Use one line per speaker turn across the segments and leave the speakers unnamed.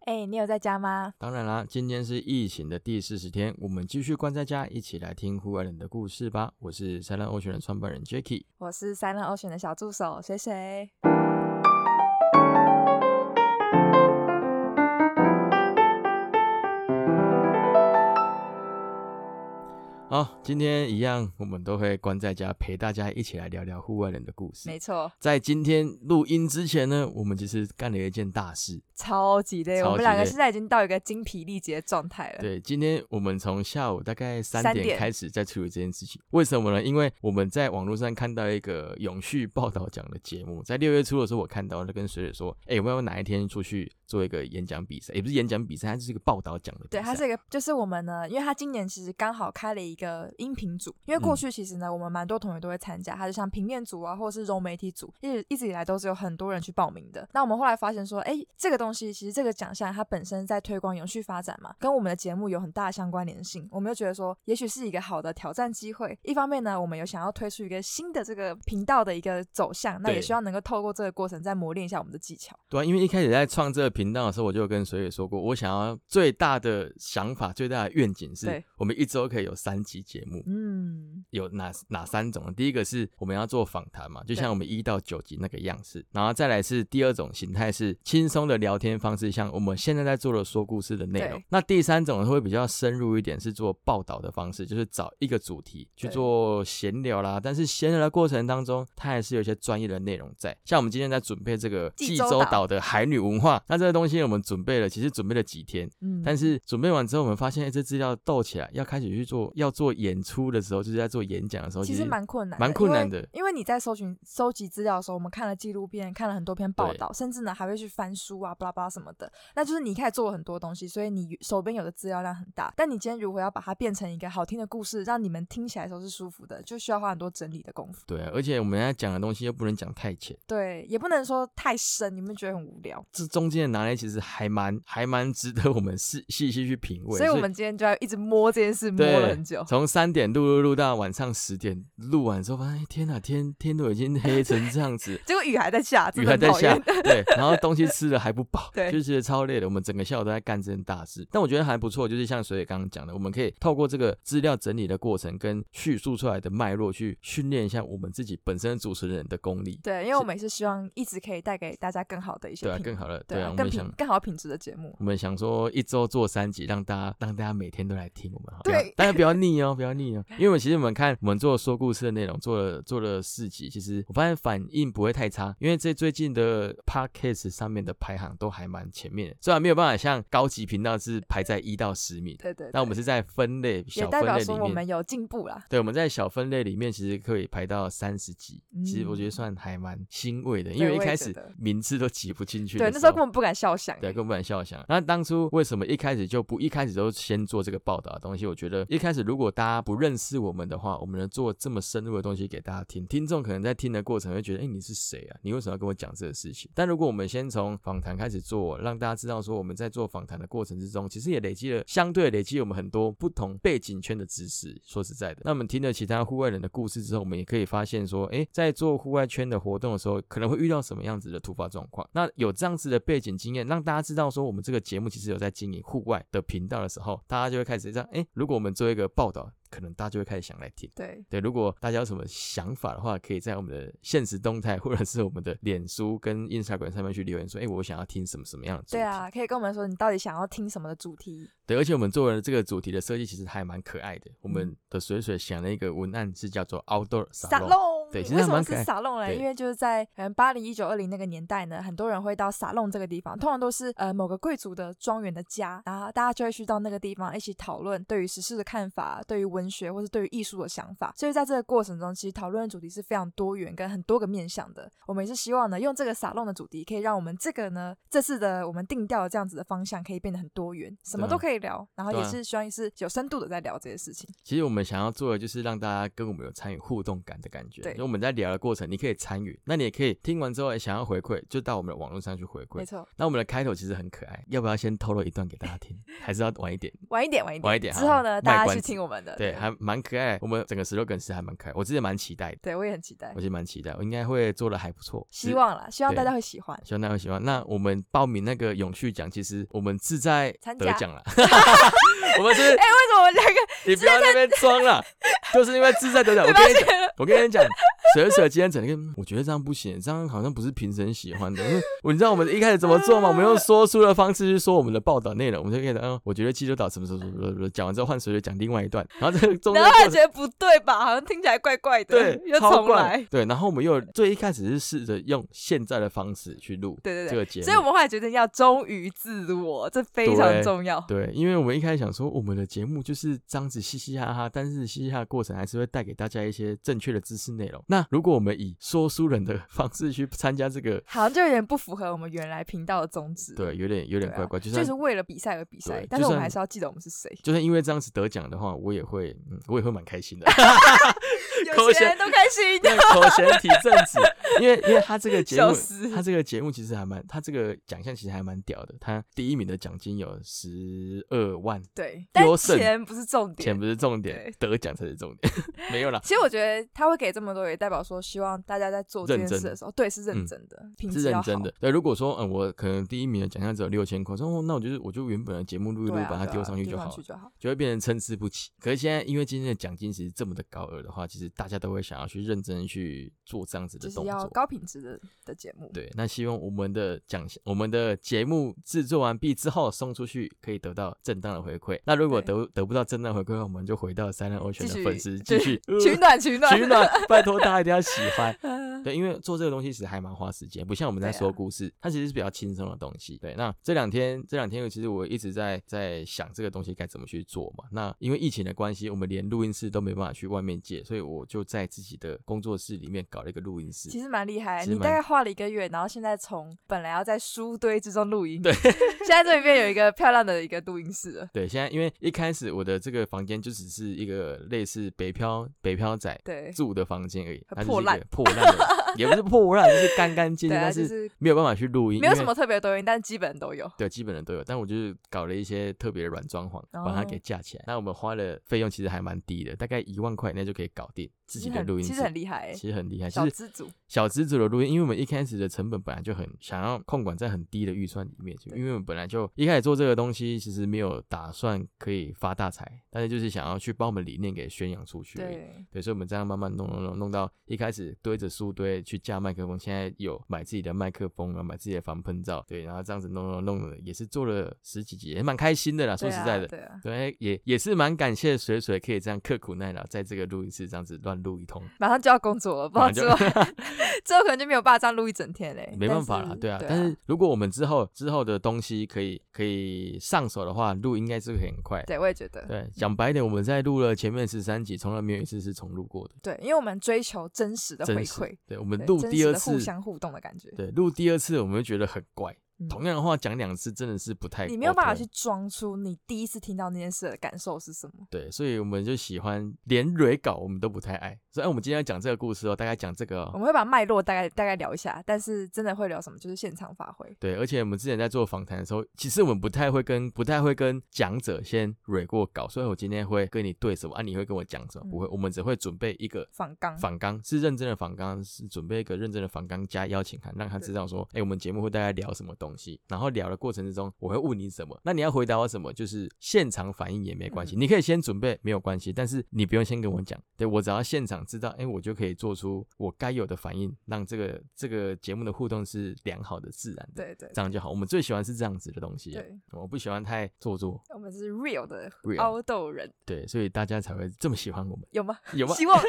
哎、你有在家吗？
当然啦，今天是疫情的第四十天，我们继续关在家，一起来听户外人的故事吧。我是三浪欧选的创办人 Jacky。
我是 Silent Ocean 的小助手水水。
好，今天一样，我们都会关在家，陪大家一起来聊聊户外人的故事
没。错，
在今天录音之前呢，我们其实干了一件大事。
超级累，
超级
我们两个
累
现在已经到一个精疲力竭的状态了。
对，今天我们从下午大概三
三
点
点
开始在处理这件事情。为什么呢？因为我们在网络上看到一个永续报道奖的节目，在六月初的时候，我看到就跟水水说：“哎、我们要哪一天出去做一个演讲比赛？也不是演讲比赛，它就是一个啊报道奖的比赛。”
对，它是一个，就是我们呢，因为它今年其实刚好开了一个音频组，因为过
嗯
去其实呢，我们蛮多同学都会参加，它就像平面组啊，或者是融媒体组，一直一直以来都是有很多人去报名的。那我们后来发现说，哎，这个东西其实这个奖项它本身在推广永续发展嘛，跟我们的节目有很大的相关联性，我们就觉得说，也许是一个好的挑战机会。一方面呢，我们有想要推出一个新的这个频道的一个走向，那也
对
希望能够透过这个过程再磨练一下我们的技巧。
对啊，因为一开始在创这个频道的时候，我就有跟水水说过，我想要最大的想法、最大的愿景是
对，
我们一周可以有三集节目，
嗯，
有哪哪三种呢？第一个是我们要做访谈嘛，就
对
像我们一到九集那个样式，然后再来是第二种形态是轻松的聊天方式，像我们现在在做的说故事的内容
对。
那第三种会比较深入一点，是做报道的方式，就是找一个主题去
对
做闲聊啦。但是闲聊的过程当中，它还是有一些专业的内容在。像我们今天在准备这个
济
济
州
州
岛
岛的海女文化，那这个东西我们准备了，其实准备了几天，
嗯
但是准备完之后，我们发现、哎这资料斗起来，要开始去做，要做演出的时候，就是在做演讲的时候，
其实蛮困难的，
蛮困难
因
的
为因为你在搜寻收集资料的时候，我们看了纪录片，看了很多篇报道，甚至呢还会去翻书啊，巴拉巴拉什么的。那就是你开始做了很多东西，所以你手边有的资料量很大，但你今天如何要把它变成一个好听的故事，让你们听起来的时候是舒服的，就需要花很多整理的功夫。
对啊，而且我们要讲的东西又不能讲太浅，
对，也不能说太深，你们觉得很无聊。
这中间的拿捏其实还蛮还蛮值得我们细细细去品味。
所以我们今天就要一直摸这件事，摸了
对
很久。，
从三点录录录到晚上十点，录完之后发现、哎天哪，天天都已经 黑成这样子
结果雨还在下，真
雨
的
还
很
在
讨
下
厌。，
对，然后东西吃了还不 饱，
对
就觉得超累的。我们整个下午都在干这件大事，但我觉得还不错，就是像水野刚刚讲的，我们可以透过这个资料整理的过程跟叙述出来的脉络，去训练一下我们自己本身主持人的功力，
对，因为我们也是希望一直可以带给大家更好的一些
对啊，
品
更好了，
对
啊，我
更
们
品
想。
更好品质的节目。
我们想说一周做三集，让大家让大家每天都来听我们哈。
对
大家不要腻哦，不要腻哦，因为我们其实我们看我们做说故事的内容，做了做了四集，其实我发现反应不会太差，因为这最近的 podcast 上面的排行都还蛮前面的，虽然没有办法像高级频道是排在一到十名，
对对对，
但我们是在分类
也
小
代
分
表
类
说我
里
们
面。
有进步啦。
对，我们在小分类里面其实可以排到三十集，其实我觉得
嗯
算还蛮欣慰的，因
对
为一
我也
开
觉
始
得
名次都挤不进去的。
对，那时候根本不敢笑想。欸
对，根本笑想。那当初为什么一开始就不一开始就先做这个报道的东西？我觉得一开始如果大家不认识我们的话，我们能做这么深入的东西给大家听，听众可能在听的过程会觉得，哎，你是谁啊？你为什么要跟我讲这个事情？但如果我们先从访谈开始做，让大家知道说我们在做访谈的过程之中，其实也累积了相对累积我们很多不同背景圈的知识。说实在的，那我们听了其他户外人的故事之后，我们也可以发现说，哎，在做户外圈的活动的时候，可能会遇到什么样子的突发状况。那有这样子的背景经验，让大家知道说我们这个节目其实有在经营户外的频道的时候，大家就会开始这样，哎，如果我们做一个报道，可能大家就会开始想来听。
对
对，如果大家有什么想法的话，可以在我们的现实动态或者是我们的脸书跟 Instagram 上面去留言说，哎，我想要听什么什么样的主题。
对啊，可以跟我们说你到底想要听什么的主题。
对，而且我们做了这个主题的设计，其实还蛮可爱的。我们
嗯
的水水想了一个文案是叫做 Outdoor
沙
Salon，
龙，
对其实
为
还
什么
蛮可
是
爱
沙龙嘞？
对
因为就是在可能八零一九二零那个年代呢，很多人会到沙龙这个地方，通常都是呃某个贵族的庄园的家，然后大家就会去到那个地方一起讨论对于时事的看法，对于文学或是对于艺术的想法。所以在这个过程中，其实讨论的主题是非常多元跟很多个面向的。我们也是希望呢，用这个沙龙的主题，可以让我们这个呢这次的我们定调的这样子的方向，可以变得很多元，什么
对啊
都可以聊，然后
对
也
啊
是希望是有深度的在聊这些事情。
其实我们想要做的就是让大家跟我们有参与互动感的感觉。
对
因为我们在聊的过程，你可以参与，那你也可以听完之后，哎想要回馈，就到我们的网络上去回
没
馈。
错，
那我们的开头其实很可爱，要不要先透露一段给大家听？还是要晚 一点？
晚一点，晚一点，
晚一点
之后呢，
好
大
卖
家
关
去
子
听我们的。
对，还蛮可爱。我们整个十六梗是还蛮可爱，我自己也蛮期待的，
对我也很期待
我，其实蛮期待，我应该会做的还不错。
希望啦，希望
对
大家会喜欢。
希望大家会喜欢。那我们报名那个永续奖，其实我们志在
参加
得奖了。 我们是
哎，为什么我们两个
你不要在那边装了，就是因为志在得奖。我跟你讲，我跟你讲，水水今天整个，嗯我觉得这样不行，这样好像不是评审喜欢的。 我说我你知道我们一开始怎么做吗？我们用说书的方式去说我们的报道内容，我们就开始，嗯，我觉得济州岛什么什么什么什么，讲完之后换水水讲另外一段，然后这个中间
然后
过
还
程
觉得不对吧？好像听起来怪怪的，
对，
又
超
重
怪
来。
对，然后我们又最一开始是试着用现在的方式去录
对对
这
对，
个节目，
所以我们后来决定要忠于自我，这非常
对
重要。
对，因为我们一开始想说，我们的节目就是这样子嘻嘻哈哈，但是嘻嘻哈哈的过程还是会带给大家一些正确的知识内容。那如果我们以说书人的 方式去参加这个，
好像就有点不符合我们原来频道的宗旨。
对，有点有
对
点
啊，
怪怪，就
就
算
是为了比赛而比赛
对，
但
就是
我们
算
还是要记得我们是 谁。
就算因为这样子得奖的话，我也会，嗯，我也会蛮开心的。
有
口
些
嫌。
人都开心
对口嫌体正直，因为因为他这个节
笑
目
死，
他这个节目其实还蛮，他这个奖项其实还蛮屌的。他第一名的奖金有十二万，
对，但
优胜
钱不是重点
钱。不是重点，得奖才是重点。 没有啦，
其实我觉得他会给这么多，也代表说希望大家在做这件事的时候，对，是认真的，品
嗯是
质要
认
好
真的。。对，如果说嗯，我可能第一名的奖项只有六千块，说哦，那我就是我就原本的节目录一录，
对啊，
把它
对啊
丢上去
丢
就好
上去，
了
就好。
就会变成参差不齐。可是现在因为今天的奖金其实这么的高额的话，其实大家都会想要去认真去做这样子
就
的
是
动
要
作。
高品质的的节目。
对，那希望我们的奖项，我们的节目制作完毕之后送出去，可以得到正当的回馈。那如果
对
得得不到正当回馈的话，我们就回到三浪欧
继
选的
续
粉丝继
对
续
取暖取暖
呃取暖，拜托大家一定要喜 欢。对，因为做这个东西其实还蛮花时间，不像我们在
嗯对啊
说故事，它其实是比较轻松的东西。对，那这两天这两天其实我一直在在想这个东西该怎么去做嘛。那因为疫情的关系，我们连录音室都没办法去外面借，所以我就在自己的工作室里面搞了一个录音室。
其实蛮厉害，
其实
你大
蛮
概画了一个月，然后现在从本来要在书堆之中录音，对， 现在这里面有一个漂亮的一个录音室了，
对，现在因为一开始我的这个房间就只是一个类似北漂北漂仔
对，
住的房间而已，
很
它就是
破
一
烂
个破烂的，也不是破烂，就是干干净
对
净，
啊，
但
就是是
没有办法去录音，
没有
因
什
为
么特别的抖音，但基本都有，
对，基本的都有，但我就是搞了一些特别的软装潢，把它给
哦
架起来。那我们花的费用其实还蛮低的，大概一万块以内就可以搞定自
其
己
实
的
很
录音
其
室
实，很厉害欸，
其实很厉害。
小
其实
资主，
小资主的录音，因为我们一开始的成本本来就很想要控管在很低的预算里面，就
对
因为我们本来就一开始做这个东西，其实没有打算可以发大财，但是就是想要去把我们理念给宣扬出去而已。
对，
对，所以我们这样慢慢弄弄弄弄到一开始堆着书堆去架麦克风，现在有买自己的麦克风啊，买自己的防喷罩，对，然后这样子弄弄弄的，也是做了十几集，也蛮开心的啦。说
对
实
啊
在的，
对啊，
对，哎也也是蛮感谢水水可以这样刻苦耐劳，在这个录音室这样子乱录一通，
马上就要工作了，不
马
然
上
之
就
后 之后可能就没有办法这样录一整天嘞，
没办法
但
啦，
是
对啊。
对
但是如果我们之后之后的东西可以可以上手的话，录应该是会很快。
对我也觉得。
对，讲白一点，我们在录了前面十三集，从来没有一次是重录过的。
对，因为我们追求真实的回
真实
馈，
对，我们
对
录
真
第
实
二
的互
次，
相互动的感觉。
对，录第二次我们会觉得很怪，
嗯
同样的话讲两次真的是不太，啊
你没有办法去。装出你第一次听到那件事的感受是什么。
对，所以我们就喜欢连蕊稿，我们都不太爱。所以，哎我们今天要讲这个故事哦，大概讲这个、
我
哦。
们会把脉络大概大概聊一下，但是真的会聊什么就是现场发挥。
对，而且我们之前在做访谈的时候，其实我们不太会跟不太会跟讲者先蕊过稿，所以我今天会跟你对什么啊，你会跟我讲
嗯
什么？不会，我们只会准备一个
反刚，
访纲，是认真的访纲，是准备一个认真的访纲加邀请函，让他知道说，哎、我们节目会大概聊什么东西，然后聊的过程之中，我会问你什么，那你要回答我什么，就是现场反应也没关系，
嗯
你可以先准备没有关系，但是你不用先跟我讲，对我只要现场知道，哎、我就可以做出我该有的反应，让这个这个节目的互动是良好的、自然的，
对对
这样就好。我们最喜欢是这样子的东西，
对，
我不喜欢太做作，
我们是 real 的
Real
凹豆人，
对，所以大家才会这么喜欢我们，
有吗？
有吗？
希 望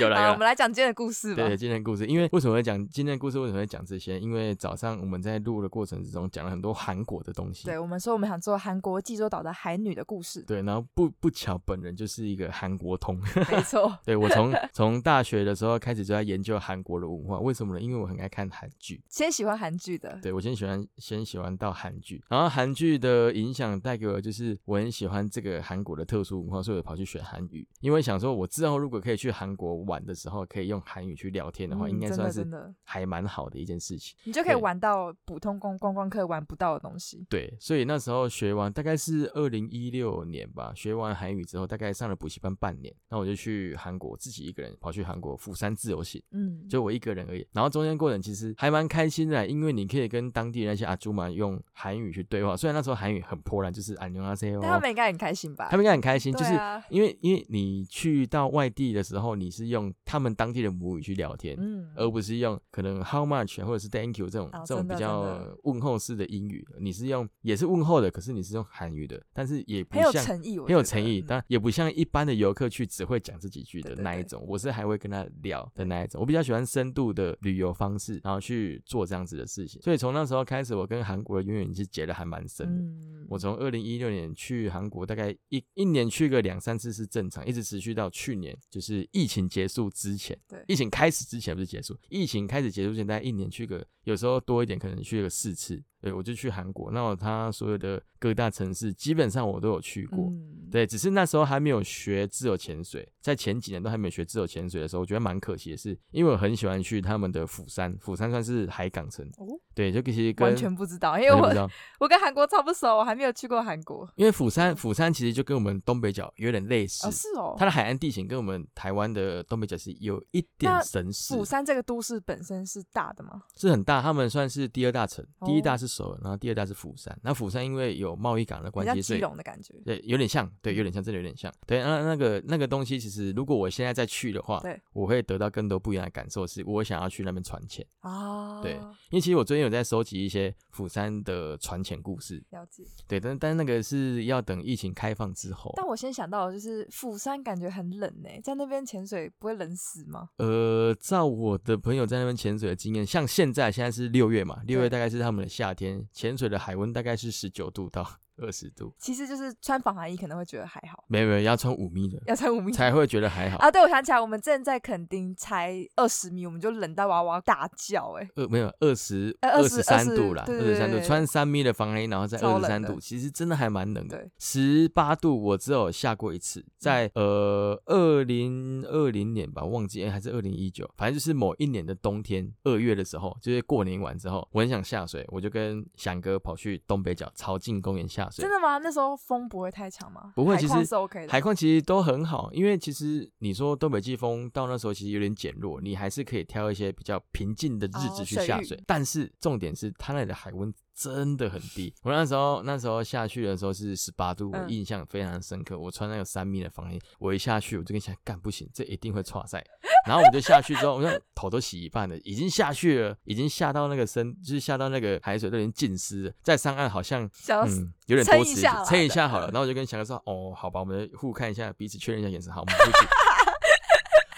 有了有
啊，
了
我。们来讲今天的故事吧
对，。今天的故事，因为为什么会讲今天的故事？为什么会讲这些？因为早上我们在录的过程之中，讲了很多韩国的东西。
对我们说，我们想做韩国济州岛的海女的故事，
对，然后不不巧，本人就是一个韩国通。
没错，
对我 从从大学的时候开始就在研究韩国的文化，为什么呢？因为我很爱看韩剧。
先喜欢韩剧的，
对我先喜欢先喜欢到韩剧，然后韩剧的影响带给我就是我很喜欢这个韩国的特殊文化，所以我跑去学韩语，因为想说我之后如果可以去韩国玩的时候，可以用韩语去聊天的话，
嗯
应该算
真
是
的真的
还蛮好的一件事情。
你就可以
对
玩到普通观观光客玩不到的东西。
对，所以那时候学完大概是二零一六年吧，学完韩语之后，大概上了补习班半年，那我就去韩国自己一个人跑去韩国釜山自由行。
嗯，
就我一个人而已。然后中间过程其实还蛮开心的，因为你可以跟当地的那些阿朱玛用韩语去对话。虽然那时候韩语很破烂，就是安妞阿塞哦，
但他们应该很开心吧？
他们应该很开心，就是
对啊，
因为因为你去到外地的时候，你是用他们当地的母语去聊天。
嗯，
而不是用可能 how much 啊或者是 thank you 这种、
哦
这种
真的
比较
真
问候式的英语，你是用也是问候的，可是你是用韩语的，但是也不
很有
像
诚意，我
很有
觉得
诚意，
嗯
但也不像一般的游客去只会讲这几句的
对对
那一
对
种。我是还会跟他聊的那一种，我比较喜欢深度的旅游方式，然后去做这样子的事情。所以从那时候开始，我跟韩国的渊源是结得还蛮深的。
嗯，
我从二零一六年去韩国，大概一一年去个两三次是正常，一直持续到去年，就是疫情结束之前。
对
疫情开始之前不是结束，疫情开始结束前，大概一年去个，有时候多一点，可能去个四次。对，我就去韩国，那我他所有的各大城市，基本上我都有去过。
嗯，
对，只是那时候还没有学自由潜水，在前几年都还没有学自由潜水的时候，我觉得蛮可惜的是，因为我很喜欢去他们的釜山，釜山算是海港城，
哦
对，就其实跟
完全不知道，因为
完全不
我
知道，
我跟韩国超不熟，我还没有去过韩国。
因为釜山釜山其实就跟我们东北角有点类似，
哦，是哦
它，的海岸地形跟我们台湾的东北角是有一点
那
神似，
釜山这个都市本身是大的嘛，
是很大，他们算是第二大城，第一
哦
大是首尔，然后第二大是釜山，那釜山因为有贸易港的
比
关
较
系，所
基
以
隆的嗯感觉。
对，有点像，对，有点像，真的有点像。对，那那个那个东西，其实如果我现在再去的话，
对，
我会得到更多不一样的感受，是我想要去那边传钱。
啊，
对因为其实我最近有在收集一些釜山的传钱故事，
了解。
对，但但那个是要等疫情开放之后。
但我先想到的就是釜山，感觉很冷呢、在那边潜水不会冷死吗？
呃，照我的朋友在那边潜水的经验，像现在现在是六月嘛，六月
对
大概是他们的夏天，潜水的海温大概是十九度到二十度，
其实就是穿防寒衣可能会觉得还好，
没有没有，要穿五米的
要穿五米
才会觉得还好。
啊。对，我想起来，我们之前在垦丁才二十米，我们就冷到哇哇大叫、欸，哎，
呃，没有二十
呃20
十三度啦，
对
二
对
十三
对
度，
对
穿三米的防寒衣，然后再
超
二
冷
十
的
三度，其实真的还蛮冷的
对。嗯
十八度我只有下过一次，在呃二零二零年吧，忘记、哎还是二零一九，反正就是某一年的冬天二月的时候，就是过年完之后，我很想下水，我就跟翔哥跑去东北角潮境公园下水
真。的吗？那时候风不会太强吗？
不会
海
其
况
实
是 OK 的。
海况其实都很好，因为其实你说东北季风到那时候其实有点减弱，你还是可以挑一些比较平静的日子
哦
去
水
下
域
水。但是重点是它那里的海温真的很低。我那时候那时候下去的时候是十八度，我
嗯
印象非常深刻。我穿那个三米的防寒衣，我一下去我就跟想干不行，这一定会垮赛。然后我就下去之后，我就头都洗一半了，已经下去了，已经下到那个深，就是下到那个海水都已经浸湿了，在上岸好像
想要死
嗯，有点
撑
多
一
此一
下嗯
举
啦
撑一下好了。然后我就跟翔哥说：“哦，好吧，我们互看一下，彼此确认一下眼神，好，我们出去。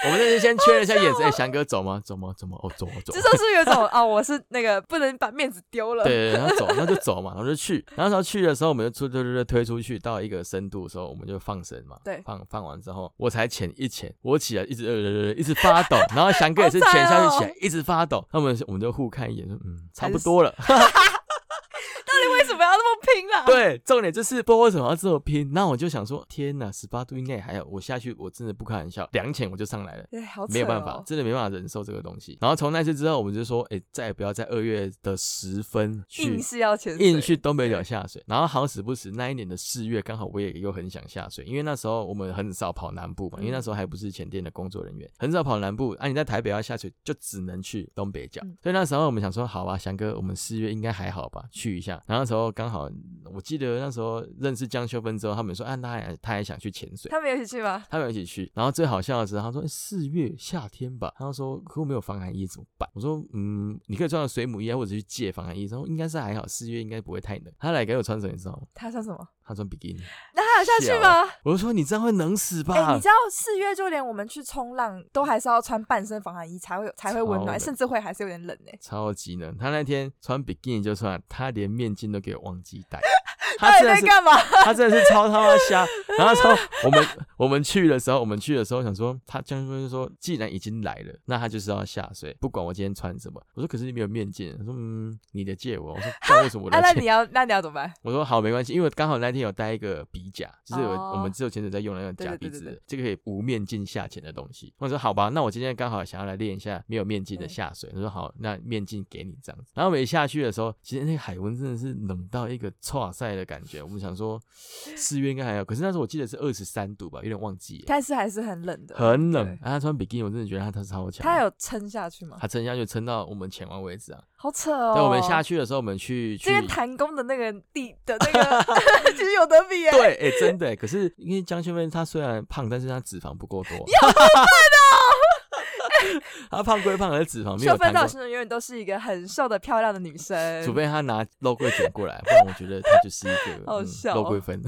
我们这就先确认一下眼神。哎、翔哥走吗？走吗？走吗？哦，走走。
哦这就是有一 种啊，我是那个不能把面子丢了。
对，然后走，那就走嘛，然后就去。然后那时候去的时候，我们就出推推推推出去，到一个深度的时候，我们就放绳嘛。
对
放放完之后，我才潜一潜，我起来一直呃呃呃一直发抖，然后翔哥也是
好
潜
惨
下去
哦
起来一直发抖。他们我们就互看一眼，说嗯，差
还
不
是
多了。
到底为什么要那么拼啊啦、
对，重点就是不知道为什么要这么拼。那我就想说，天哪，十八度应该也还好。我下去，我真的不开玩笑，两潜我就上来了。
对，好、哦、
没有办法，真的没办法忍受这个东西。然后从那次之后，我们就说，哎、再也不要在二月的十分去
硬是要潜水，
硬去东北角下水。然后好死不死，那一年的四月刚好我也又很想下水，因为那时候我们很少跑南部
嗯
嘛，因为那时候还不是前店的工作人员，很少跑南部。啊，你在台北要下水，就只能去东北角。
嗯
啊所以那时候我们想说，好吧，翔哥，我们四月应该还好吧，去一下。然后那时候刚刚好，嗯我记得那时候认识江秀芬之后，他们说，啊，他也他也想去潜水，
他们有一起去吗？
他们一起去。然后最好笑的是，他说欸四月夏天吧，他说可我没有防寒衣怎么办？我说嗯，你可以穿个水母衣啊，或者去借防寒衣。他说应该是还好，四月应该不会太冷。他来给我穿什么，你知道吗？
他穿什么？
他穿比基尼。
那他有下去吗？
我就说你这样会冷死吧？
哎、你知道四月就连我们去冲浪都还是要穿半身防寒衣才会有才会温
超
暖，
冷
甚至会还是有点冷欸呢、
超级冷。他那天穿比基尼就算了，他连面巾都给我忘记 带。
到
他
底在
真的啊是，
干嘛？
他真的是超他妈瞎。然后说我们我们去的时候，我们去的时候想说，他江哥就说，既然已经来了，那他就是要下水，不管我今天穿什么。我说可是你没有面巾，他说嗯，你的借我。我说那为什么我
啊，那你
的借？
要那你要怎么 办？
我说好，没关系，因为刚好那天有带一个鼻夹，就是有、
哦
我们只有潜水在用的那个夹
对
鼻
对对
子
对
的，这个可以无面镜下潜的东西。我说好吧，那我今天刚好想要来练一下没有面镜的
对
下水。我说好，那面镜给你这样子。然后我们一下去的时候，其实那个海温真的是冷到一个唰晒的感觉。我们想 说四月应该还好，可是那时候我记得是二十三度吧，有点忘记了，
但是还是很冷的。
很冷。
对
啊、他穿比基尼，我真的觉得他他超强。
他有撑下去吗？
他撑下去，撑到我们潜完为止啊！
好扯哦！
等我们下去的时候，我们去去
这边弹弓的那个地的那个， 其实有得比耶、
对，哎、真的欸。可是因为江秀芬她虽然胖，但是她脂肪不够多。你好笨哦！ 她胖归胖，可是脂肪没
秀
有
芬
弹
在我
过。
心中永远都是一个很瘦的漂亮的女生，
除非她拿肉桂卷过来，不然我觉得她就是一个嗯
好笑
肉
哦
桂粉。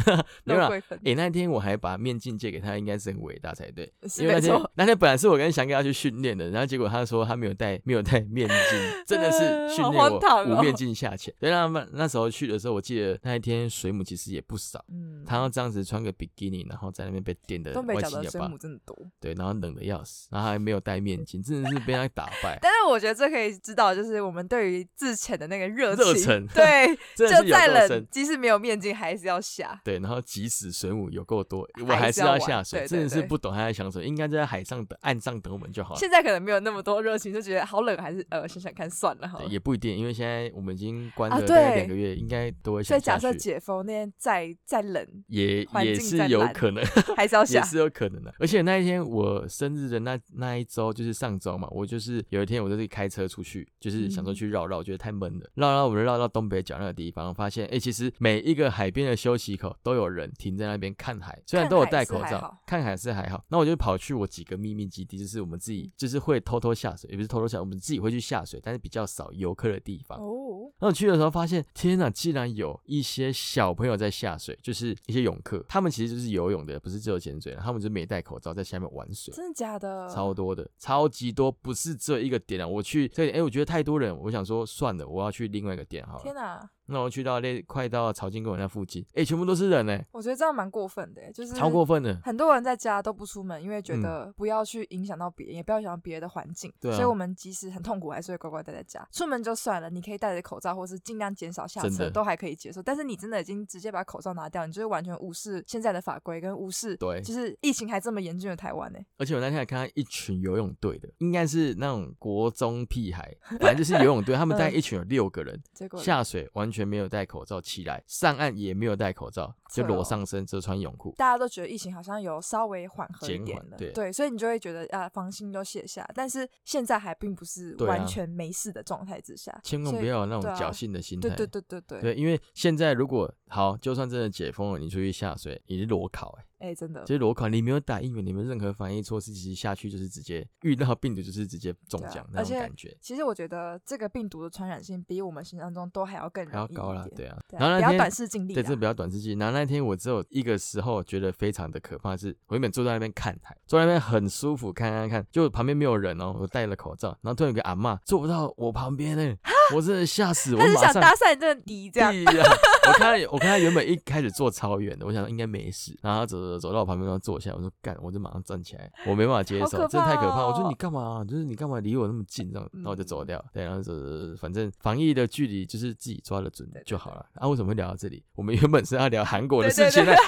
没有
肉
啦。
桂粉
哎、那天我还把面镜借给她，应该是很伟大才对。
是
因为
没
那天
错。
那天本来是我跟翔哥要去训练的，然后结果他说他没有带没有带 面镜，真的是训练
好荒唐
我
哦
无面镜下潜。所以那那时候去的时候，我记得那一天水母其实也不少。
嗯，
他要这样子穿个比基尼，然后在那边被电的
东北
歪
角
七
的
扭
水
八
母，真的多，，
对，然后冷的要死，然后还没有戴面巾，真的是被他打败
但是我觉得这可以知道，就是我们对于自潜的那个热
热
情
忱
对，
真的
就是
有
再
够
冷
深，。
即使没有面镜，还是要下。
对，然后即使水母有够多，我
还
还
是
是
要
要
玩
下水，
对对
真的是
对
不懂他在想什么，应该就在海上等岸上等我们就好了。
现在可能没有那么多热情，就觉得好冷，还是呃想想看算了哈
对。也不一定，因为现在我们已经关
啊
了大概
对
两个月，应该都会
所
想
以假
下
设
去。，
解封那天再再冷
也
环
也
境
是
再
有
烂
可能，
还是要
也
下。
是有可能的、而且那一天我生日的那那一周，就是上周嘛，我就是有一天我就是开车出去，就是想说去绕绕，觉得太闷了，绕绕我就绕到东北角那个地方，发现哎、诶其实每一个海边的休息口都有人停在那边看海，虽然
看
都有
海
戴
是
口
还
罩
好，
看海是还好。那我就跑去我几个秘密基地，就是我们自己就是会偷偷下水，也不是偷偷下水，我们自己会去下水，但是比较少游客的地方。
哦，
然后去的时候发现，天哪，竟然有一些小朋友在下水，就是一些泳客，他们其实就是游泳的，不是只有潜水的，他们就没戴口罩在下面玩水。
真的假的？
超多的，超级多，不是这一个点啊！我去这里，哎、我觉得太多人，我想说算了，我要去另外一个点好
天
了。
哪，
那我去到那快到潮境公园那附近，哎、全部都是人呢、
我觉得这样蛮过分的，欸就是
超过分的。
很多人在家都不出门，因为觉得不要去影响到别人，也不要影响别人的环境，
对啊
所以我们即使很痛苦，还是会乖乖待在家。出门就算了，你可以戴着口罩，或是尽量减少下
真
车，
的
都还可以接受。但是你真的已经直接把口罩拿掉，你就是完全无视现在的法规，跟无视
对
就是疫情还这么严峻的台湾欸呢、
而且我那天还看到一群游泳队的，应该是那种国中屁孩，反正就是游泳队，他
嗯
们大概一群有六个人，
结果
下水完全没有戴口罩，起来上岸也没有戴口罩，就
扯哦
裸上身，只有穿泳裤。
大家都觉得疫情好像有稍微缓和一
减
点
缓
了，
对
所以你就会觉得啊，防心都卸下。但是现在还并不是
对啊
完全没事的状态之下，
千万
所以
不要有那
对
种
啊
侥幸的心态。
对对对对对，
对因为现在如果好，就算真的解封了，你出去下水，你是裸考、欸，
哎、真的
就。是裸考，你没有打疫苗，你没有任何防疫措施，其实下去就是直接遇到病毒就是直接中
对啊
奖、
而
那种
且
感觉，
其实我觉得这个病毒的传染性比我们想象中都还要更
还要
容易
高啦
一，点
对啊。
对啊
然后
不
那
要
天
短视近利
对，这
啊。
比较短视近。然后那天我只有一个时候觉得非常的可怕，是我原本坐在那边看海，坐在那边很舒服，看看看，就旁边没有人哦，我戴了口罩，然后突然有个阿嬷坐不到我旁边呢，我真的吓死，我
啊他是
马
想
上
搭讪这个敌 这样，
屁呀我看他我看他原本一开始坐超远的，我想说应该没事，然后他走走走走到我旁边，然后坐下，我说干，我就马上站起来，我没办法接
好
受，
可
真的太可怕。我
怕
说
哦嗯
你干嘛、啊就是你干嘛离我那么近？这样，然后我就走掉。对，然后走走走，反正防疫的距离就是自己抓得准
对对
就好了。啊，为什么会聊到这里？我们原本是要聊韩国的
对对
事情
对
呢。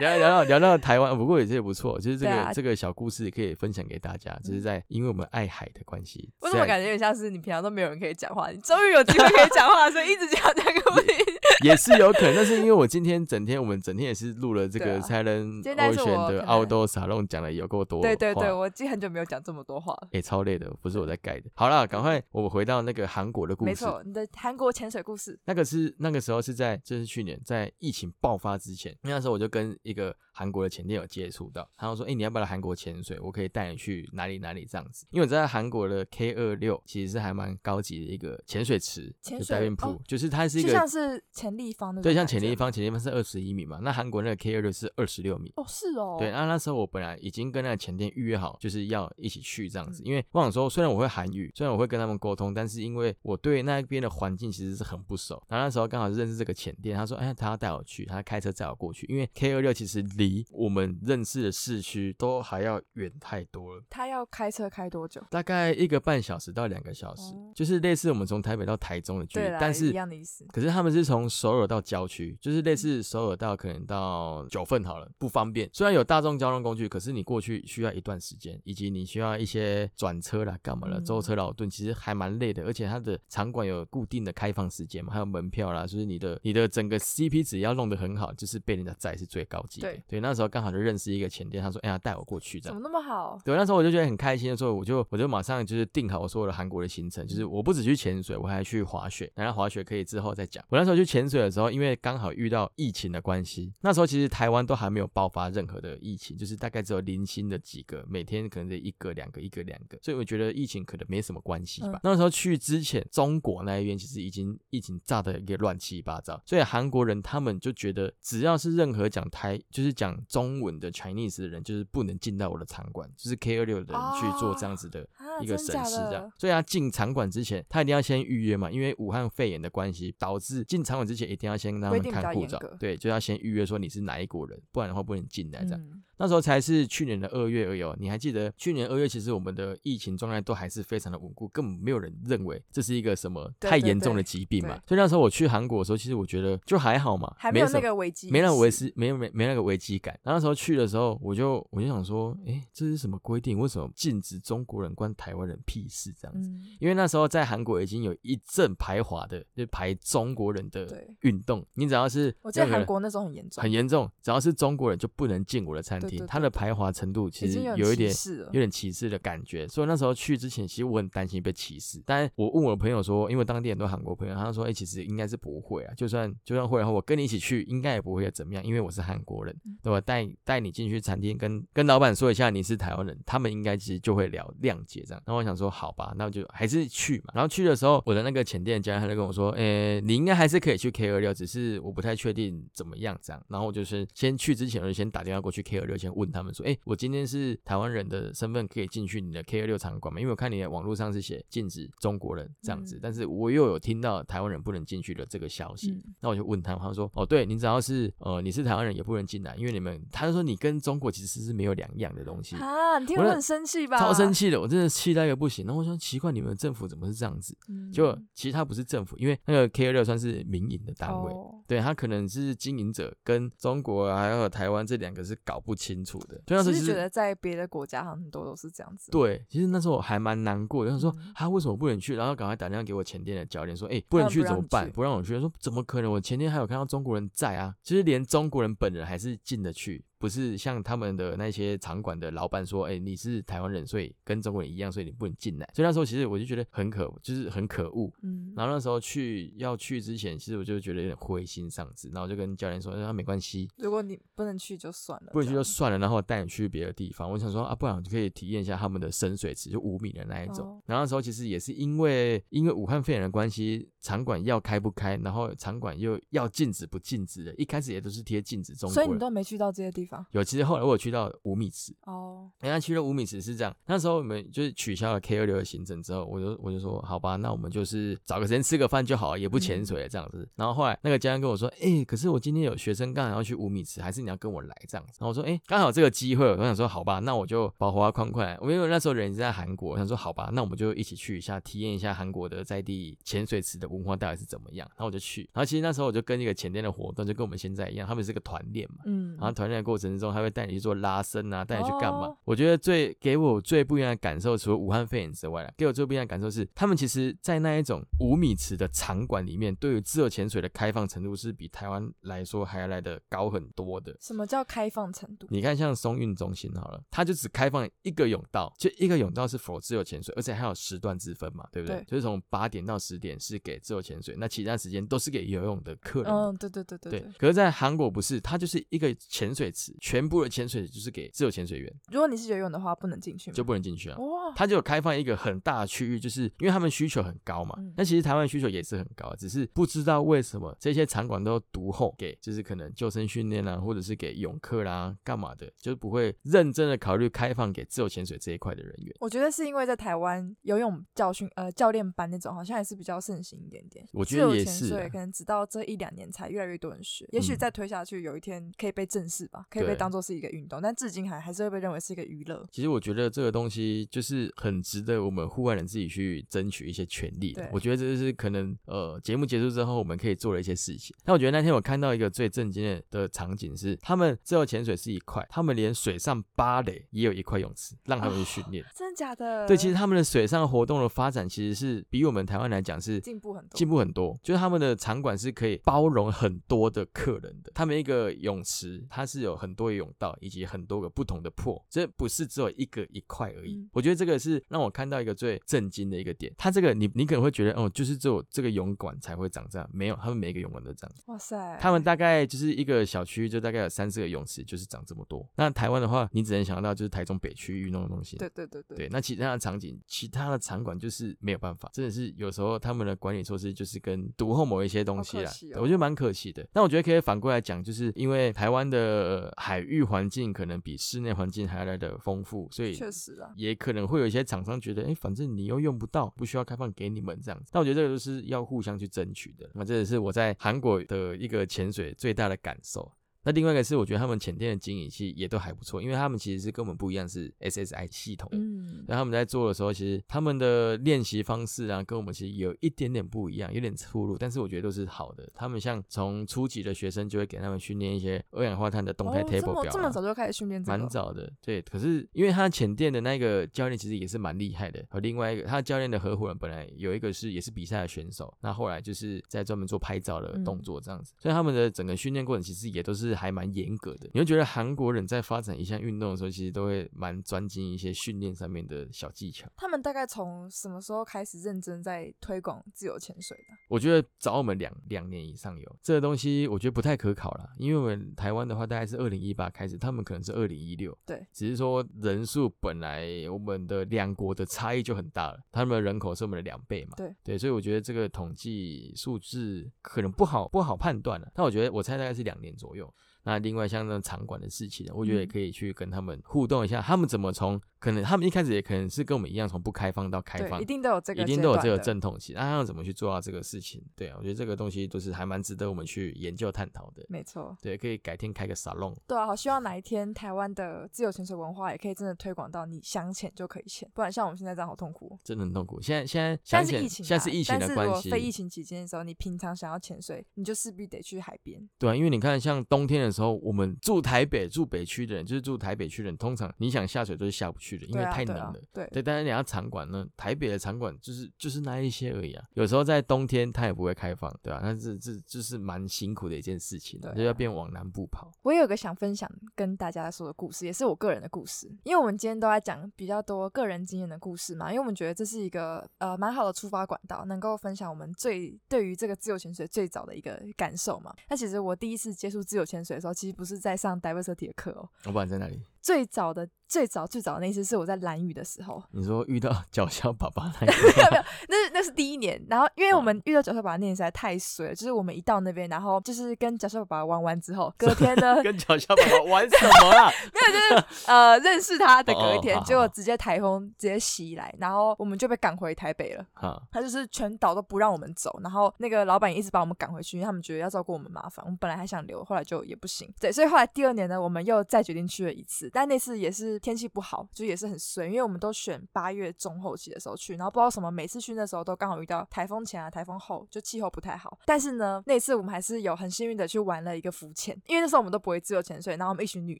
聊聊到聊到台湾，不过也是也不错，就是这
对
个、
啊嗯
这个小故事也可以分享给大家，就是在因为我们爱海的关系，
为什
虽
么
然
感觉有点像是你平常都没有人可以讲话，你终于有机会可以讲话，所以一直讲这个不停。
也是有可能，但是因为我今天整天我们整天也是录了这
对
个
啊
蔡伦
今天但
欧
是
选
我可
的
能
澳洲沙龙讲的有够多，
对对对，。我已经很久没有讲这么多话了。
哎、超累的，不是我在盖的。好啦，赶快我们回到那个韩国的故
没
事。
错，你的韩国潜水故事，
那个是那个时候是在，这是去年在疫情爆发之前，那时候我就跟一个韩国的前店有接触到，然后说，哎、你要不要来韩国潜水？我可以带你去哪里哪里这样子。因为我知道韩国的 K 二六其实是还蛮高级的一个潜水池，
潜
就
水
diving
哦
pool，、就是它是一
就
个
像是潜立方的，
对像潜立。方，潜立方是二十一米嘛，那韩国那个 K 二六是二十六米。
哦，是哦，
对，啊那那时候我本来已经跟那个前店预约好，就是要一起去这样
嗯
子。因为我想说，虽然我会韩语，虽然我会跟他们沟通，但是因为我对那边的环境其实是很不熟。然后那时候刚好认识这个前店，他说：“哎，他要带我去，他开车载我过去。”因为 K 二六其实离我们认识的市区都还要远太多了。
他要开车开多久？
大概一个半小时到两个小时，
哦
就是类似我们从台北到台中的距离
对，啦，
但是
一样的意思。
可是他们是从首尔到郊区，就是类似首尔到可能到九份好了，不方便。虽然有大众交通工具，可是你过去需要一段时间，以及你需要一些转车啦、干嘛啦、
嗯
舟车劳顿，其实还蛮累的。而且它的场馆有固定的开放时间嘛，还有门票啦，就是你的你的整个 CP 值要弄得很好，就是被人家载是最高级的
对。
对，那时候刚好就认识一个前店，他说：“哎呀，带我过去这
怎
样。”
么那么好？
对，那时候我就觉得很开心的时候，我就我就马上就是定好我所有的韩国的行程，就是我不只去潜水，我还去滑雪。然后滑雪可以之后再讲。我那时候去潜水的时候，因为刚好遇到疫情的关系，那时候其实台湾都还没有爆发任何的疫情，就是大概只有零星的几个，每天可能就一个两个，一个两个，所以我觉得疫情可能没什么关系吧
嗯。
那时候去之前，中国那一边其实已经疫情炸的一个乱七八糟，所以韩国人他们就觉得，只要是任何讲台就是讲中文的 Chinese 的人，就是不能进到我的场馆，就是 K 二六的人去做这样子的
啊，
一个
真
审
假
视这样
的。
所以他进场馆之前，他一定要先预约嘛，因为武汉肺炎的关系，导致进场馆之前一定要先让他
规
们
定比
看
较
护
严
照
格，
对，就要先预约说你是哪一国人，不然的话不能进哎来这样。
嗯，
那时候才是去年的二月而已哦，你还记得去年二月，其实我们的疫情状态都还是非常的稳固，根本没有人认为这是一个什么
对
太
对
严重
对
的疾病嘛
对。
所以那时候我去韩国的时候，其实我觉得就还好嘛，
还没
没
有
什
那
么
个危机，
没那危机，没有没没那个危机感。然后那时候去的时候，我就我就想说，诶，这是什么规定？为什么禁止中国人关台湾人屁事这样子？
嗯，
因为那时候在韩国已经有一阵排华的，就排中国人的
对。
运动。你只要是
我记得
任何
韩
人
国那时候很严重，
很严重，只要是中国人就不能进我的餐
对
厅，
对
它
对
的
对
排华程度其
已
实
经
有一
有
点
点歧视了
有。点歧视的感觉，所以那时候去之前，其实我很担心被歧视。但我问我的朋友说，因为当地很多韩国朋友，他说，哎、其实应该是不会啊，就算就算会的话，我跟你一起去，应该也不会怎么样，因为我是韩国人，对吧？带带你进去餐厅，跟跟老板说一下你是台湾人，他们应该其实就会了谅解这样。然后我想说，好吧，那我就还是去嘛。然后去的时候，我的那个前店家他就跟我说，呃、你应该还是可以去 K 二六，只是我不太确定怎么样这样。然后我就是先去之前，我就先打电话过去 K 二六，先问他们说，哎、我今天是台湾人的身份可以进去你的 K 二六场馆吗？因为我看你的网络上是写禁止中国人这样子，
嗯
但是我又有听到台湾人不能进去的这个消息，
嗯
那我就问他们，他说：“哦，对你只要是呃你是台湾人也不能进来，因为你们他就说你跟中国其实是没有两样的东西。”
啊，你听
我
我
那
很生气吧？
超生气的，我真的气到一个不行。然后我说奇怪，你们政府怎么是这样子？
嗯，
就其实它不是政府，因为那个 K 六算是民营的单位，
哦
对它可能是经营者跟中国啊还有台湾这两个是搞不清楚的。所以那时
只
候其
是
实
觉得在别的国家好像很多都是这样子。
对，其实那时候我还蛮难过的，他说
嗯
他、啊为什么不能去？然后赶快打电话给我前店的教练说，哎、不能
不
去
让
怎么
你
办？
去
不让我去，说怎么可能？我前天还有看到中国人在啊，其实连中国人本人还是进得去，不是像他们的那些场馆的老板说，哎、你是台湾人，所以跟中国人一样，所以你不能进来。所以那时候其实我就觉得很可，就是很可恶。
嗯，
然后那时候去要去之前，其实我就觉得有点灰心丧志，然后我就跟教练说，那、没关系，
如果你不能去就算了，
不能
这
去就
样
算了，然后我带你去别的地方。我想说啊，不然我就可以体验一下他们的深水池，就五米的那一种。
哦
然后那时候其实也是因为因为武汉肺炎的关系，场馆要开不开，然后场馆又要禁止不禁止的，一开始也都是贴禁止中国
所以你
人。
都没去到这些地方？
有，其实后来我有去到五米池，
哦，
人家去了五米池是这样，那时候我们就是取消了 K 二六的行程之后，我就我就说好吧，那我们就是找个时间吃个饭就好，也不潜水了这样子。然后后来那个教练跟我说，哎、可是我今天有学生刚好要去五米池，还是你要跟我来这样子？然后我说，哎、刚好这个机会，我想说好吧，那我就把花框快来，我因为那时候人已经在韩国，我想说好吧，那我们就一起去一下，体验一下韩国的在地潜水池的文化到底是怎么样。然后我就去，然后其实那时候我就跟一个前店的活动，就跟我们现在一样，他们是个团练嘛。
嗯，
然后团练的过程中，他会带你去做拉伸啊，带你去干嘛？
哦
我觉得最给我最不一样的感受，除了武汉肺炎之外啦，给我最不一样的感受是，他们其实，在那一种五米池的场馆里面，对于自由潜水的开放程度是比台湾来说还要来的高很多的。
什么叫开放程度？
你看，像松运中心好了，它就只开放一个泳道，就一个泳道是否自由潜水，而且还有时段之分嘛，对不对？
对
就是从八点到十点是给自由潜水，那其他时间都是给游泳的客人嘛。
嗯，对对对对
对
对。，
可是，在韩国不是，它就是一个潜水池，全部的潜水池就是给自由潜水员，
如果你是游泳的话，不能进去吗？
就不能进去啊。
哇，
它就有开放一个很大的区域，就是因为他们需求很高嘛
嗯。
那其实台湾需求也是很高，啊只是不知道为什么这些场馆都独后给，就是可能救生训练啦，或者是给泳客啦，干嘛的，就是不会认真的考虑开放给自由潜水这一块的人员。
我觉得是因为在台湾游泳教训呃教练班那种好像还是比较盛行一点点，
我觉得
自由
也
潜
是
水
啊
可能直到这一两年才越来越多人学，也许
嗯
再推下去有一天可以被正视吧，可以被
对
当做是一个运动，但至今还还是会被认为是一个娱乐。
其实我觉得这个东西就是很值得我们户外人自己去争取一些权利的
对。
我觉得这就是可能呃节目结束之后我们可以做的一些事情。但我觉得那天我看到一个最震惊的的场景是，他们自由潜水是一块，他们连水上芭蕾也有一块泳池让他
哦
们去训练。
真的假的？
对，其实他们的水上活动的发展其实是比我们台湾来讲是
进步很多。
进步很多，就是他们的场馆是可以包容很多的客人的。他们一个泳池，它是有很多个泳道以及很多个不同的破，这不是只有一个一块而已。
嗯
我觉得这个是让我看到一个最震惊的一个点。它这个你你可能会觉得哦，就是只有这个泳馆才会长这样，没有，他们每一个泳馆都这样。
哇塞，
他们大概就是一个小区，就大概有三四个泳池，就是长这么多。那台湾的话，你只能想到就是台中北区域那种东西。
对对对对
对，那其他的场景，其他的场馆就是没有办法，真的是有时候他们的管理措施就是跟独后某一些东西
好可
啦，
惜
对
哦
我觉得蛮可惜的。但我觉得可以反过来讲，就是因为台湾的呃海域环境可能比室内环境还要来的丰富，所以
确实啊，
也可能会有一些厂商觉得，哎，反正你又用不到，不需要开放给你们这样子。但我觉得这个就是要互相去争取的。那这也是我在韩国的一个潜水最大的感受。那另外一个是，我觉得他们潜店的经营其实也都还不错，因为他们其实是跟我们不一样，是 SSI 系统。
嗯，
然后他们在做的时候，其实他们的练习方式啊，跟我们其实有一点点不一样，有点出入，但是我觉得都是好的。他们像从初级的学生就会给他们训练一些二氧化碳的动态
哦这
table
么
表、
这
啊
么早就开始训练这个
蛮，早的，对。可是因为他前店的那个教练其实也是蛮厉害的，和另外一个他教练的合伙人本来有一个是也是比赛的选手，那后来就是在专门做拍照
嗯
的动作这样子，所以他们的整个训练过程其实也都是还蛮严格的。你会觉得韩国人在发展一项运动的时候，其实都会蛮专精一些训练上面的小技巧。
他们大概从什么时候开始认真在推广自由潜水的？
我觉得找我们两两年以上有这个东西，我觉得不太可考啦，因为我们台湾的话大概是二零一八开始，他们可能是二零一六，
对，
只是说人数本来我们的两国的差异就很大了，他们的人口是我们的两倍嘛，
对
对，所以我觉得这个统计数字可能不好不好判断了、但我觉得我猜大概是两年左右。那另外像那种场馆的事情呢，我觉得也
嗯
可以去跟他们互动一下，他们怎么从可能他们一开始也可能是跟我们一样从不开放到开放
对，一，定都有这个
一
阶
定
段
都
的，
有这个阵痛期，那他要怎么去做到这个事情？对啊，我觉得这个东西都是还蛮值得我们去研究探讨的。
没错。
对，可以改天开个 salon。
对啊，好希望哪一天台湾的自由潜水文化也可以真的推广到你想潜就可以潜，不然像我们现在这样好痛苦哦。
真的很痛苦，现在现在
现在
想
是
起来
疫情啊，
现在是疫情
但
的
是
关
如果
系，
非疫情期间的时候，你平常想要潜水，你就势必得去海边。
对啊，因为你看，像冬天的时候，我们住台北、住北区的人，就是住台北区的人，通常你想下水都是下不去的，因为
对啊
太冷
对啊
了。
对，
对，但是你要场馆呢，台北的场馆就是就是那一些而已啊。有时候在冬天它也不会开放，对吧、啊？那这这就是蛮辛苦的一件事情啊、
对啊
就要变往南部跑。
我有个想分享跟大家说的故事，也是我个人的故事，因为我们今天都在讲比较多个人经验的故事嘛，因为我们觉得这是一个呃蛮好的出发管道，能够分享我们最对于这个自由潜水最早的一个感受嘛。那其实我第一次接触自由潜水的时候，其实不是在上 diversity 的课哦，
我不管在哪里，
最早的最早最早的那一次是我在蓝屿的时候，
你说遇到脚下爸爸那一个
那是那是第一年，然后因为我们遇到角色爸爸那年实在太水了，就是我们一到那边，然后就是跟角色爸爸玩完之后，隔天呢，没有
跟脚下爸爸玩什么啦？
就是呃认识他的隔一
哦
天
哦，好
结果
好
直接台风直接袭来，然后我们就被赶回台北了。
啊，
他就是全岛都不让我们走，然后那个老板也一直把我们赶回去，因为他们觉得要照顾我们麻烦。我们本来还想留，后来就也不行。对，所以后来第二年呢，我们又再决定去了一次，但那次也是天气不好，就也是很衰，因为我们都选八月中后期的时候去，然后不知道什么，每次去那时候都刚好遇到台风前啊、台风后，就气候不太好。但是呢，那次我们还是有很幸运的去玩了一个浮潜，因为那时候我们都不会自由潜水，然后我们一群女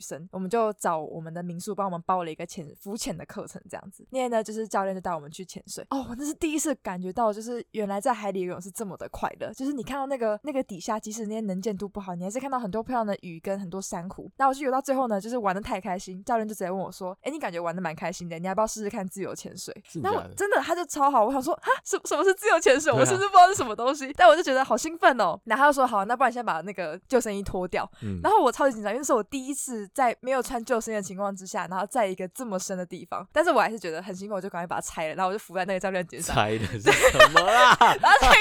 生，我们就找我们的民宿帮我们包了一个潜浮潜的课程，这样子。那天呢，就是教练就带我们去潜水，哦，我那是第一次感觉到，就是原来在海里游泳是这么的快乐，就是你看到那个那个底下，即使那些能见度不好，你还是看到很多漂亮的鱼跟很多珊瑚。那我就游到最后呢，就是玩的太开心，教练就直接问我说：“哎，你感觉玩的蛮开心的，你要不要试试看自由潜水？”
是
那
假
我
的
真的他就超好，我想说哈，什什么是自由潜水？
对啊
我甚至不知道是什么东西，但我就觉得好兴奋哦。然后他就说好，那不然先把那个救生衣脱掉。
嗯，
然后我超级紧张，因为是我第一次在没有穿救生衣的情况之下，然后在一个这么深的地方，但是我还是觉得很兴奋，我就赶快把它拆了，然后我就浮在那个教练肩上，
猜的是什么啦？
然后他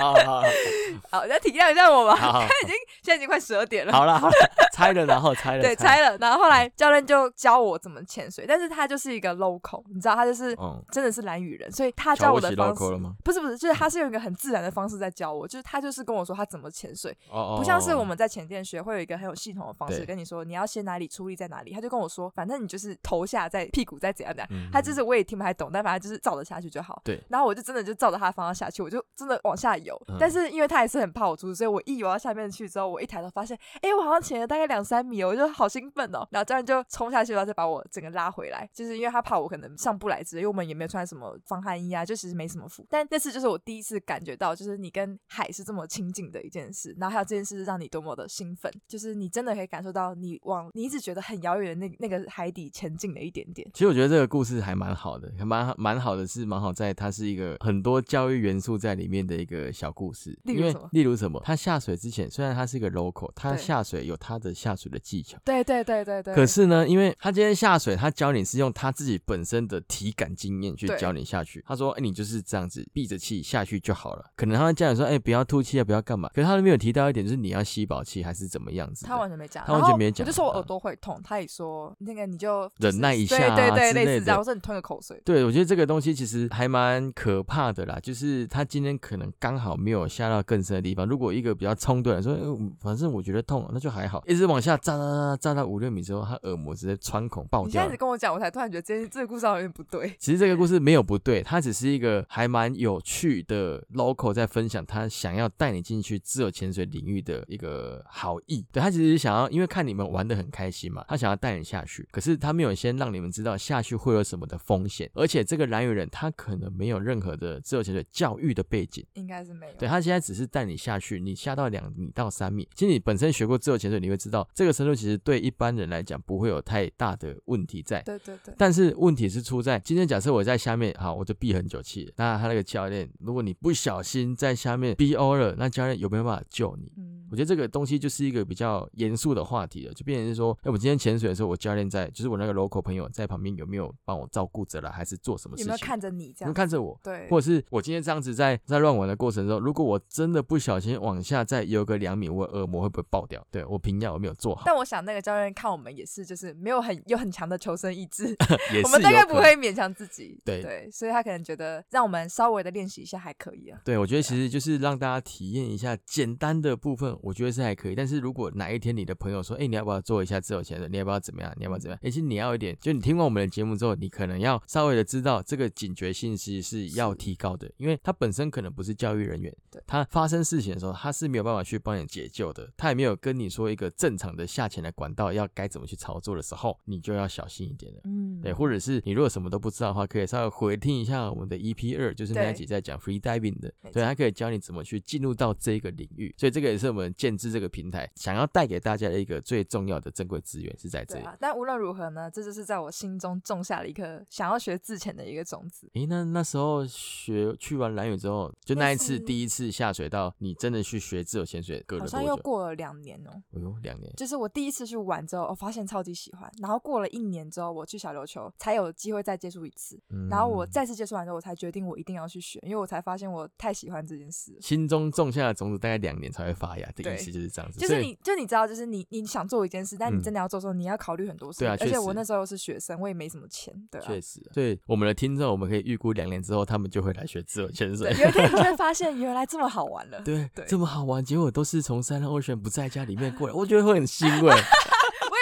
好好好
好，要体谅一下我吧，
好好
已经现在已经快十二点了。
好啦，好啦猜了，然后猜了，
对，
猜了，
拆了，然后后来教练就教我怎么潜水，但是他就是一个 local，你知道，他就是
嗯，
真的是蓝雨人，所以他
瞧
教
不
我的
起
方
local 嗯
式
了吗？
不是不是，就是他是用一个很自然的方式在教我，就是他就是跟我说他怎么潜水，
哦哦，
不像是
哦
我们在潜店学会有一个很有系统的方式
对
跟你说你要先哪里出力在哪里，他就跟我说，反正你就是头下再屁股再怎样怎样，
嗯
他就是我也听不太懂，但反正就是照着下去就好。
对
然后我就真的就照着他的方向下去，我就真的往下游。
嗯
但是因为他也是很怕我出事，所以我一游到下面去之后，我一抬头发现，哎，我好像潜了大概两三米哦，我就好兴奋哦。然后教练就冲下去，然后再把我整个拉回来，就是因为他怕我可能上不来之类，因为我们也没有穿什么防寒衣啊，就其实没什么服。但那次就是我第一次感觉到，就是你跟海是这么亲近的一件事，然后还有这件事是让你多么的兴奋，就是你真的可以感受到你往你一直觉得很遥远的那那个海底前进的一点点。
其实我觉得这个故事还蛮好的，还蛮蛮好的是蛮好在它是一个很多教育元素在里面的一个小故事。
例如
因为
什么
例如什么？他下水之前，虽然他是一个 local，他
对
下水有他的下水的技巧。
对对对对对。
可是呢，因为他今天下水，他教你是用他自己本身的体感经验去
对
教你下去。他说：“哎、你就是这样子，闭着气下去就好了。”可能他会教你说：“哎、不要吐气啊，不要干嘛。”可是他没有提到一点，就是你要吸饱气还是怎么样子的。
他完全没讲，
他完全
然后
没讲
我就说我耳
嗯
朵会痛，他也说那个你就
忍耐一下啊
对对
之
对，
类
类似这
的
样。我说你吞个口水，
对，我觉得这个东西其实还蛮可怕的啦，就是他今天可能刚好没有下到更深的地方。如果一个比较冲动的人说，哎我反正我觉得痛，那就还好，一直往下扎扎扎扎到五六米之后，他耳膜直接穿孔爆
你现在
掉了
只。跟我讲，我才突然觉得这件这个故事好像有点不对。
其实这个故事没有不对，它只是一个还蛮有趣的 local 在分享他想要带你进去自由潜水领域的一个好意。对他其实想要，因为看你们玩的很开心嘛，他想要带你下去，可是他没有先让你们知道下去会有什么的风险，而且这个蓝屿人他可能没有任何的自由潜水教育的背景。
应该是没有。
对他现在只是带你下去，你下到两米到三米。其实你本身学过自由潜水，你会知道这个深度其实对一般人来讲不会有太大的问题在。
对对对，
但是问题是出在今天，假设我在下面，好，我就闭很久气了。那他那个教练，如果你不小心在下面 BO 了，那教练有没有办法救你？
嗯
我，觉得这个东西就是一个比较严肃的话题了，就变成是说，哎、我今天潜水的时候，我教练在，就是我那个 local 朋友在旁边有没有帮我照顾着了，还是做什么事
有没
情？
有看着你这
有没有
样？
看着我？
对，
或者是我今天这样子在在乱玩的过程中，如果我真的不小心往下再游个两米，我耳膜会不会爆掉？对我平压我没有做好，
但我想那个教练看我们也是，就是没有很有很强的求生意志，
也是
我们大概
有可
不
能
会勉强自己。
对
对，所以他可能觉得让我们稍微的练习一下还可以啊。
对，我觉得其实就是让大家体验一下简单的部分，我觉得是还可以。但是如果哪一天你的朋友说，哎，你要不要做一下自由潜水？你要不要怎么样？你要不要怎么样？哎，其实你要有一点，就你听完我们的节目之后，你可能要稍微的知道这个警觉性其实是要
是
提高的，因为他本身可能不是教育人员
对，
他发生事情的时候，他是没有办法去帮你解救的，他也没有跟你说一个正常的下潜的管道要该怎么去操作的时候，你就要小心一点了。
嗯，
对，或者是你如果什么都不知道的话，可以稍微回听一下我们的 EP 二，就是那一
对
集在讲 free diving 的
没，
对，
错
它可以教你怎么去进入到这个领域，所以这个也是我们们建制这个平台想要带给大家的一个最重要的珍贵资源是在这
对
里。
啊，但无论如何呢，这就是在我心中种下了一颗想要学自潜的一个种子。
诶，那那时候学去完蓝屿之后，就
那
那一次
是
第一次下水到你真的去学自由潜水，隔
好
了
像
多
又
久？
过了两年哦，
哎呦，两年。
就是我第一次去玩之后，我发现超级喜欢。然后过了一年之后，我去小琉球才有机会再接触一次。
嗯
然后我再次接触完之后，我才决定我一定要去学，因为我才发现我太喜欢这件事了。
心中种下的种子大概两年才会发芽，这个
对
意思就是这样子。
就
所
是
以
你，就你知道，就是你，你想做一件事，但你
嗯
真的要做的时候，你要考虑很多事。
对啊
而
确
且我
实
那时候是学生，我也没什么钱，对啊。
确实，对我们的听众，我们可以预估两年之后他们就会来学自由潜
对
水。
有一天你就会发现，原来这么好玩了。
对，
对
这么好玩，结果都是从三浪 ocean 不在家里面 过来，我觉得会很欣慰，
我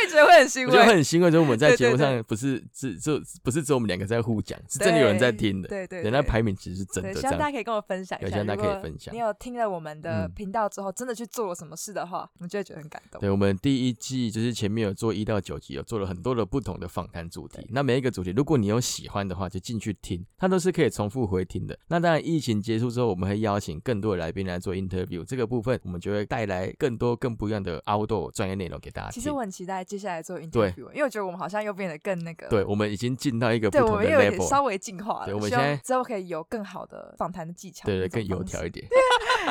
也觉得会很欣
我觉得会
慰。
很欣慰。就是我们在
对
节目
对
上不是只就不是只有我们两个在互讲，是真的有人在听的。
对对
人家
对
排名其实是真
对，
的
希
这
望大
样。
家可以跟我分享一
对
下，
希望大家
如
可以
果
分享
你有听了我们的
嗯
频道之后，真的去做了什么事的话，我们就会觉得很感动。
对我们第一季就是前面有做一到九集，有做了很多的不同的访谈主题。那每一个主题，如果你有喜欢的话，就进去听，它都是可以重复回听的。那当然，疫情结束之后，我们会邀请更多的来宾来做 interview，这个部分我们就会带来更多更不一样的 outdoor 专业内容给大家
其
听。
实我很期待接下来做
对
interview，因为我觉得我们好像又变得更那个，
对，我们已经进到一个不
对，我
同的
们又有点
level，
稍微进化了。
对我们
希望
现在
之后可以有更好的访谈的技巧，
对对，
那种
更油
方式
条。一点。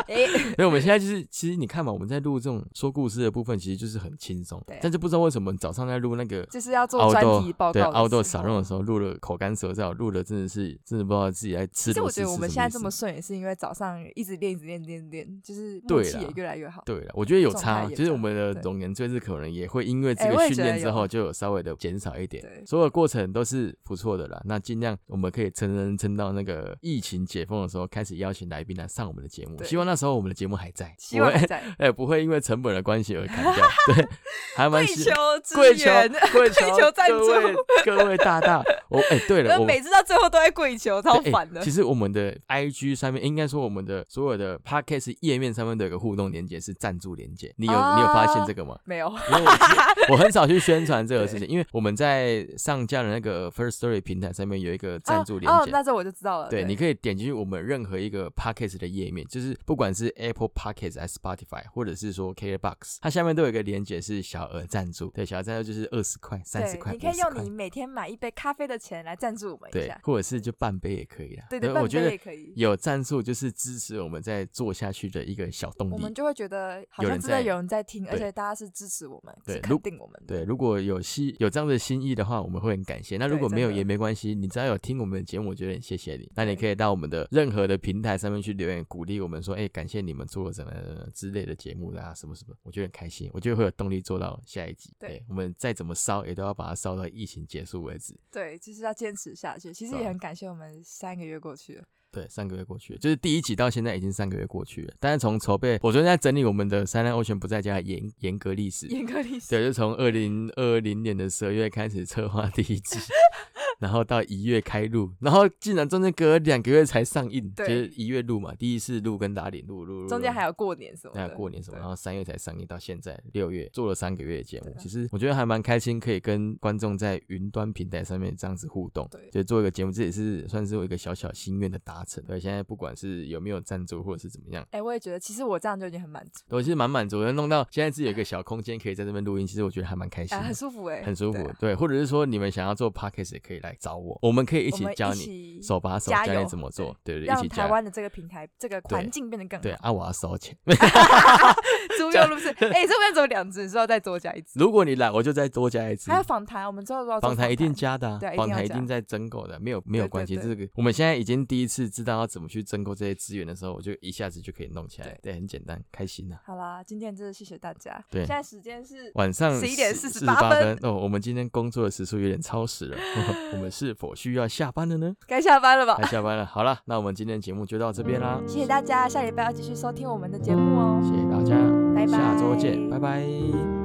哎，
所以我们现在就是，其实你看嘛，我们在录这种说故事的部分，其实就是很轻松
对啊。
但是不知道为什么早上在录那个
就是 要做专
outdoor
题报
对
告的时候。
outdoor 撒弄的时候，录了口干舌燥，录的真的是真的不知道自己在吃
其实
螺
我
丝
觉
是什
得
么
我
意思。
们现在这么顺，也是因为早上一直练，一直练，一直练一直练，就是默
对
契
啦
也越来越好。
对了，我觉得有
状
差
态，也
其实
差
我们的
对
容颜最是可能也会因为这
哎我
个
也
训
觉
练
得
之
有
后，就有稍微的减少一点
对。
所有过程都是不错的啦，那尽量我们可以撑撑撑到那个疫情解封的时候，开始邀请来宾来上我们的节目。
对
希望那时候我们的节目还在，
希望
不会
还在
哎、不会因为成本的关系而 砍掉，对，还蛮
跪
希
求
跪
支
求
援，
跪求
跪求赞
各位
助
各位大大，我哎、对了，
那
我
呃
们
每次到最后都在跪求，超
对哎
烦的
其。实我们的 IG 上面，应该说我们的所有的 Podcast 页面上面都有个互动连接，是赞助连接。你有、
啊
你有发现这个 吗？
没有，
因为我其实我很少去宣传这个事情，因为我 们在上架的那个 First Story 平台上面有一个赞助连
哦，哦
接。
那这我就知道了。
对，你可以点进去我们任何一个 Podcast 的页面，就是不管是 Apple Podcast 还是 Spotify，或者是说 KBox，它下面都有一个连接是小额赞助。对，小额赞助就是二十块、三十
对，
块、
你可以用
50块
你每天买一杯咖啡的钱来赞助我们一
对
下，。
或者是就半杯也可以啦。
对对，
我
半
觉
杯
得
也可以。
有赞助就是支持我们在做下去的一个小动
我们
力。
就会觉得好
有
像
人
真的
在
有人在听，而
对
且大家是支持我们，
对
是
如
肯定我们的。
对，如果有心有这样的心意的话，我们会很感谢。那如
对
果没有
真的
也没关系，你只要有听我们的节目，我觉得很谢谢你。那你
对
可以到我们的任何的平台上面去留言鼓励我们说，哎、感谢你们做了什么之类的节目啦，什么什么，我觉得很开心，我觉得会有动力做到下一集。
对
我们再怎么烧也都要把它烧到疫情结束为止。
对，就是要坚持下去。其实
是
也
啊
很感谢我们三个月过去了，
对，三个月过去了，就是第一集到现在已经三个月过去了。但是从筹备，我昨天在整理我们的《三浪欧全不在家》的严严格历史，
严格历史。
对，就从二零二零年的十二月开始策划第一季， 然后到一月开录，然后竟然中间隔了两个月才上映，就
对
是一月录嘛，第一次录跟打脸录录录，
中间还
有。
有过年什么
还有
的，
过年什么，
对
然后三月才上映，到现在六月做了三个月的节目
对，啊
其实我觉得还蛮开心，可以跟观众在云端平台上面这样子互动，
对
就做一个节目，这也是算是我一个小小心愿的达成。对，现在不管是有没有赞助或者是怎么样，
哎、我也觉得，其实我这样就已经很满足
我其实蛮满足的，弄到现在自己有一个小空间可以在这边录音，其实我觉得还蛮开心
啊，
的
很舒服哎、
很舒服
对啊。
对，或者是说你们想要做 podcast 也可以来找我，我们可以一起
我们
教你
起
手把手
加
教你
油
怎么做，对对，对一
让
起
台
加油。
湾的这个平台、这个环境变得更
对
好。
啊，我要收钱。
猪肉路是，哎、这边怎么两只？你说要再多加一只？
如果你来，我就再多加一次
还。有访谈，我们之后都要做
访谈一定加的、啊
对啊一，定
访
要
谈一
加
定在增购的，没有没有
对对
关系。
对
这个我们现在已经第一次知道要怎么去增购这些资源的时候，我就一下子就可以弄起来，对，很简单，开心呐、
好啦，今天真的谢谢大家。
对
现在时间是
晚上
11:48
十八分哦，我们今天工作的时数有点超时了， 我们是否需要下班了呢？
该下班了吧
该？下班了，好了，那我们今天的节目就到这 边啦，
谢谢大家，下礼拜要继续收听我们的节目哦，
谢谢大家。
拜拜，
下周见，拜。拜。